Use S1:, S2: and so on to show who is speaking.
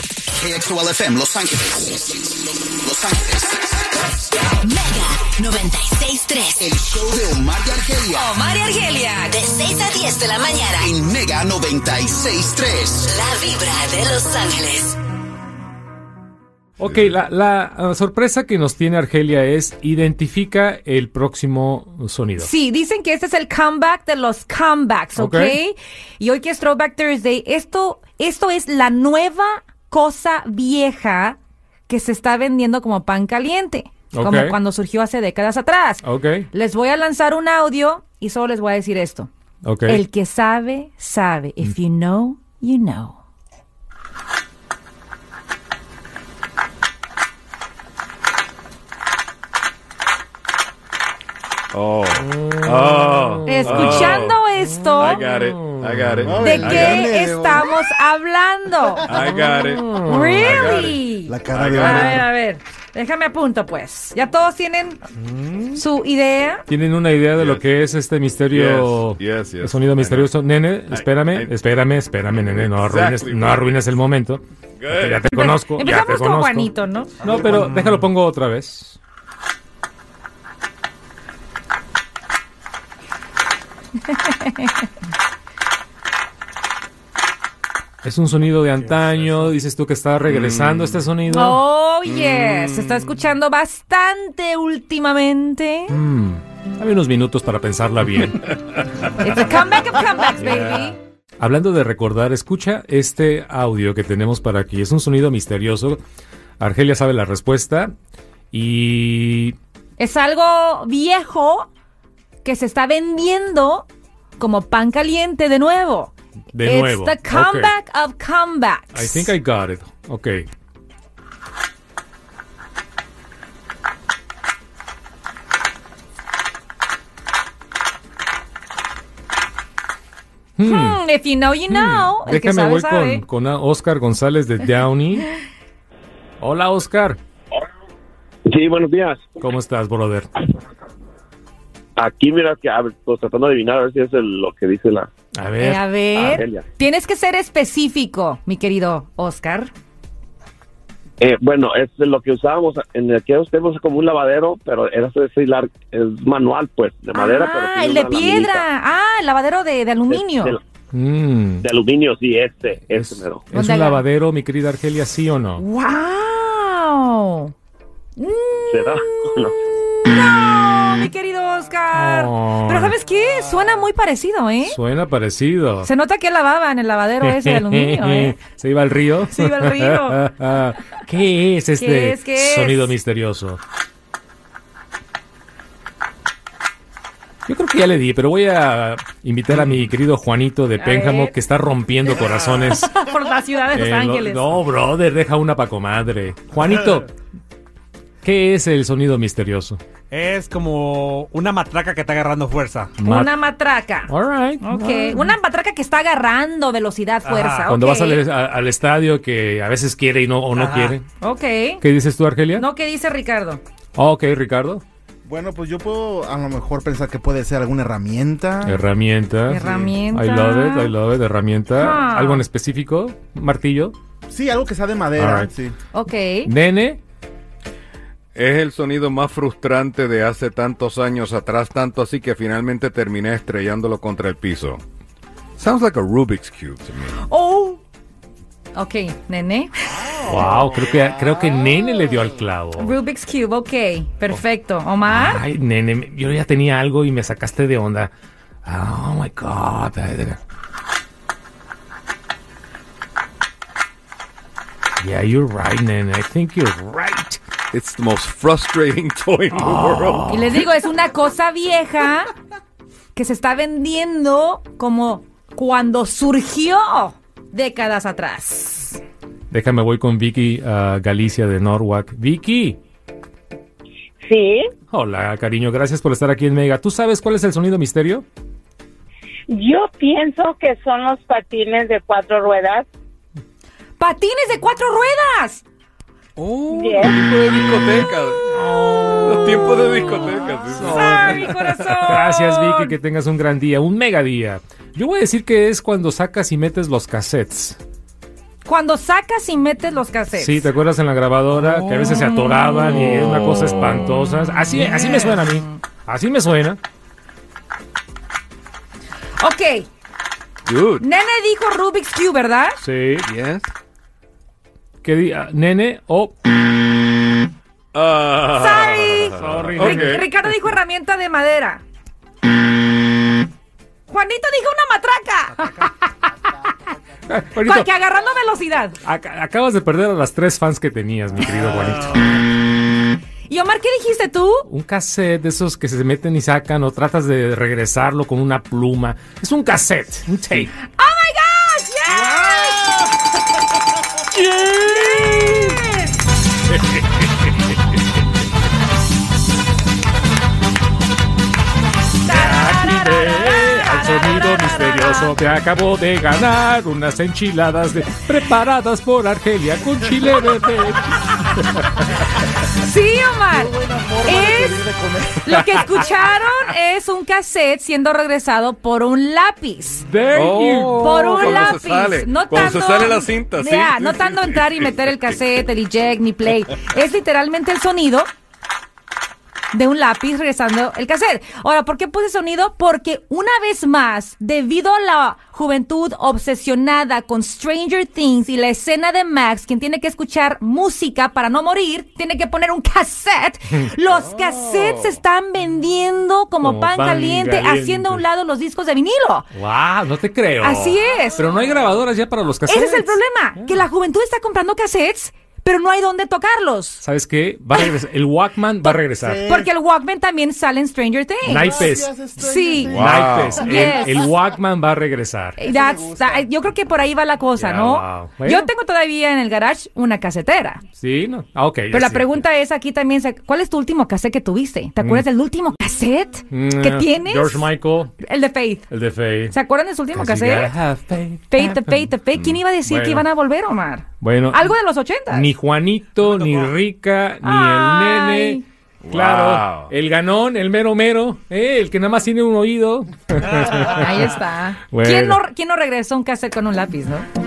S1: KXOL FM Los Ángeles. Los Ángeles.
S2: Mega 96.3.
S1: El show de Omar y Argelia
S2: Omar y Argelia. De 6 a 10 de la mañana.
S1: en Mega 96.3.
S2: La vibra de Los Ángeles.
S3: Ok, la, la, uh, sorpresa que nos tiene Argelia es identifica el próximo sonido.
S4: Sí, dicen que este es el comeback de los comebacks, ¿ok?
S3: Ok.
S4: Y hoy que es Throwback Thursday, esto, esto es la nueva cosa vieja que se está vendiendo como pan caliente,
S3: Ok.
S4: como cuando surgió hace décadas atrás.
S3: Ok,
S4: Les voy a lanzar un audio y solo les voy a decir esto.
S3: ok.
S4: El que sabe, sabe. If you know, you know.
S5: Oh. Oh.
S4: Escuchando esto,
S5: I got it. I got it.
S4: ¿de
S5: Oh, I got it. Ah,
S4: qué estamos hablando?
S5: I got it.
S3: Ah.
S4: Really?
S6: La cara
S5: I
S6: de
S5: got
S4: A
S5: it.
S4: ver, a ver. Déjame a punto, pues. Ya todos tienen
S5: Mm.
S4: su idea.
S3: ¿Tienen una idea de lo
S5: Yes.
S3: que es este misterio?
S5: Yes, yes, yes.
S3: el sonido
S5: I
S3: misterioso. Nene, espérame,
S5: I-
S3: espérame, espérame, nene. No arruines,
S5: Exactly.
S3: no arruines el momento.
S5: Good.
S3: Ya te conozco. ya te
S4: Empezamos con
S3: conozco.
S4: Juanito, ¿no?
S3: No, pero déjalo, pongo otra vez. Es un sonido de antaño, dices tú que está regresando este sonido.
S4: Oh, yes.
S3: Mm.
S4: Se está escuchando bastante últimamente.
S3: Mm. Dame unos minutos para pensarla bien.
S4: It's a comeback of comebacks, baby.
S3: Hablando de recordar, escucha este audio que tenemos para aquí. Es un sonido misterioso. Argelia sabe la respuesta. Y
S4: Es algo viejo que se está vendiendo como pan caliente de nuevo.
S3: de
S4: It's
S3: nuevo.
S4: the comeback of comebacks.
S3: Ok. I think I got it. Ok.
S4: Hmm, if you know, you know. El que
S3: Déjame
S4: sabe,
S3: voy
S4: sabe.
S3: con, con a- Oscar González de Downey. Hola, Oscar.
S7: Sí, buenos días.
S3: ¿Cómo estás, brother?
S7: Aquí, mira, que, a ver, pues, tratando de adivinar a ver si es el- lo que dice la
S3: A
S4: Eh, a
S3: ver.
S4: ver,
S7: Argelia.
S4: tienes que ser específico, mi querido Oscar.
S7: Eh, bueno, es de lo que usábamos en aquellos tiempos como un lavadero, pero era ese ese hilar- es manual, pues, de madera. pero
S4: ah,
S7: tiene
S4: el de
S7: una laminita.
S4: piedra. Ah, el lavadero de, de
S7: De-
S4: aluminio.
S7: De,
S3: Mm.
S7: de aluminio, sí, este,
S3: Es,
S7: este mero.
S3: es
S4: ¿Dónde
S3: un
S4: agarra?
S3: lavadero, mi querida Argelia, ¿sí o no?
S4: ¡Wow!
S7: ¿Será? No.
S4: Mm, ¡No, mi querido Oscar!
S3: Oh.
S4: Pero ¿sabes qué? Suena muy parecido, ¿eh?
S3: Suena parecido.
S4: Se nota que lavaba en el lavadero ese de aluminio, ¿eh?
S3: ¿Se iba al río?
S4: Se iba al
S3: río. ¿Qué es este
S4: es? ¿Qué es?
S3: sonido misterioso? Yo creo que ya le di, pero voy a invitar a mi querido Juanito de Pénjamo
S4: ver.
S3: que está rompiendo corazones.
S4: Por la ciudad de Los
S3: en Eh, lo-
S4: Ángeles.
S3: No, brother, deja una pa' comadre. Juanito, ¿qué es el sonido misterioso?
S8: Es como una matraca que está agarrando fuerza.
S3: Ma-
S4: Una matraca.
S3: All right.
S4: Ok. Una matraca que está agarrando velocidad, fuerza.
S3: Cuando
S4: ok.
S3: vas al, a- al estadio que a veces quiere y no, o no
S8: Ajá.
S3: quiere.
S4: Ok.
S3: ¿Qué dices tú, Argelia?
S4: No, ¿qué dice Ricardo?
S3: Ah, ok, Ricardo.
S6: Bueno, pues yo puedo a lo mejor pensar que puede ser alguna herramienta.
S4: Ah.
S3: Er Herramienta.
S4: Herramienta.
S3: I love it, I love it, herramienta.
S4: Ah.
S3: ¿Algo en específico? Martillo.
S6: sí, algo que sea de madera.
S3: Alright.
S6: Sí.
S4: Ok.
S3: Mm. Nene.
S5: Es el sonido más frustrante de hace tantos años atrás, tanto así que finalmente terminé estrellándolo contra el piso. Sounds like a Rubik's Cube to me.
S4: Oh. Ok, nene.
S3: Wow, creo que, creo que Nene le dio al clavo.
S4: Rubik's Cube, ok. Perfecto. Omar.
S3: Ay, Nene, yo ya tenía algo y me sacaste de onda. Oh my God. Yeah, you're right, Nene. I think you're right.
S5: It's the most frustrating toy in the world.
S4: Y les digo, es una cosa vieja que se está vendiendo como cuando surgió décadas atrás.
S3: Déjame, voy con Vicky a Galicia de Norwalk. Vicky.
S9: Sí,
S3: Hola, cariño. Gracias por estar aquí en Mega. ¿Tú sabes cuál es el sonido misterio?
S9: yo pienso que son los patines de cuatro ruedas.
S4: ¡Patines de cuatro ruedas!
S9: Yes.
S5: Tiempo de discoteca. Los tiempos de discoteca. sí, sí.
S4: ¡Ay, mi corazón!
S3: Gracias, Vicky, que tengas un gran día, un mega día. Yo voy a decir que es cuando sacas y metes los cassettes.
S4: Cuando sacas y metes los cassettes.
S3: Sí, ¿te acuerdas en la grabadora que a veces se atoraban y es una
S4: Oh.
S3: cosa espantosa? Así, así me suena a mí. Así me suena.
S4: Ok.
S5: Dude.
S4: Nene dijo Rubik's Cube, ¿verdad?
S3: Sí.
S5: Yes.
S3: ¿Qué di- ah, ¿Nene o...?
S5: Ah,
S4: Sorry.
S3: Ah, Sorry.
S5: Ok.
S4: Ri- Ricardo dijo herramienta de madera. Juanito dijo una matraca.
S3: Juanito,
S4: Que agarrando velocidad.
S3: ac- acabas de perder a las tres fans que tenías, mi querido Juanito.
S4: ¿Y Omar qué dijiste tú?
S3: Un cassette de esos que se meten y sacan o tratas de regresarlo con una pluma. Es un cassette, un tape.
S4: ¡Oh my gosh! ¡Yes! ¡Yes!
S3: Activé Eh, al sonido misterioso te acabo de ganar unas enchiladas de, preparadas por Argelia con chile verde.
S4: Sí, Omar. Es,
S6: de comer.
S4: lo que escucharon es un cassette siendo regresado por un lápiz.
S3: There you-
S4: Oh. Por un
S5: cuando se
S4: lápiz.
S5: sale,
S4: no
S5: cuando se
S4: tanto-
S5: sale la cinta, sí,
S4: Ya,
S5: sí,
S4: no
S5: sí,
S4: tanto
S5: sí.
S4: entrar y meter el cassette, el eject, ni play. Es literalmente el sonido de un lápiz regresando el cassette. Ahora, ¿por qué puse sonido? Porque una vez más, debido a la juventud obsesionada con Stranger Things y la escena de Max, quien tiene que escuchar música para no morir, tiene que poner un cassette. Los cassettes se
S5: Oh.
S4: están vendiendo como,
S3: Como
S4: pan,
S3: pan
S4: caliente,
S3: caliente.
S4: haciendo a un lado los discos de vinilo.
S3: Wow, no te creo.
S4: Así es.
S3: Pero no hay grabadoras ya para los cassettes.
S4: Ese es el problema, que la juventud está comprando cassettes, pero no hay dónde tocarlos.
S3: ¿Sabes qué? Va a regresar. El Walkman va a regresar.
S6: Sí.
S4: Porque el Walkman también sale en Stranger Things.
S3: Naipes.
S6: Gracias, Stranger
S4: Sí.
S6: Things.
S5: Wow.
S3: Naipes. El-
S4: Yes.
S3: El, Walkman va a regresar.
S4: Eh, that's- that- yo creo que por ahí va la cosa,
S3: Ya,
S4: ¿no?
S3: wow. Bueno.
S4: Yo tengo todavía en el garage una casetera.
S3: Sí, no. Ah, ok.
S4: Pero la pregunta es aquí también, se- ¿cuál es tu último cassette que tuviste? ¿Te acuerdas del último cassette que tienes?
S3: Mm. George Michael,
S4: El de Faith.
S3: el de Faye.
S4: ¿Se acuerdan de su último cassette? Faith, the Faith, the Faith. ¿Quién iba a decir que
S3: Mm, Bueno.
S4: iban a volver, Omar?
S3: Bueno.
S4: Algo de los 80.
S3: Ni Juanito, ni Rica, ni el
S4: Ay.
S3: nene. Claro,
S5: Wow.
S3: el ganón, el mero mero, eh, el que nada más tiene un oído.
S4: Ahí está.
S3: Bueno.
S4: ¿Quién, no, quién no regresó un cassette con un lápiz, no?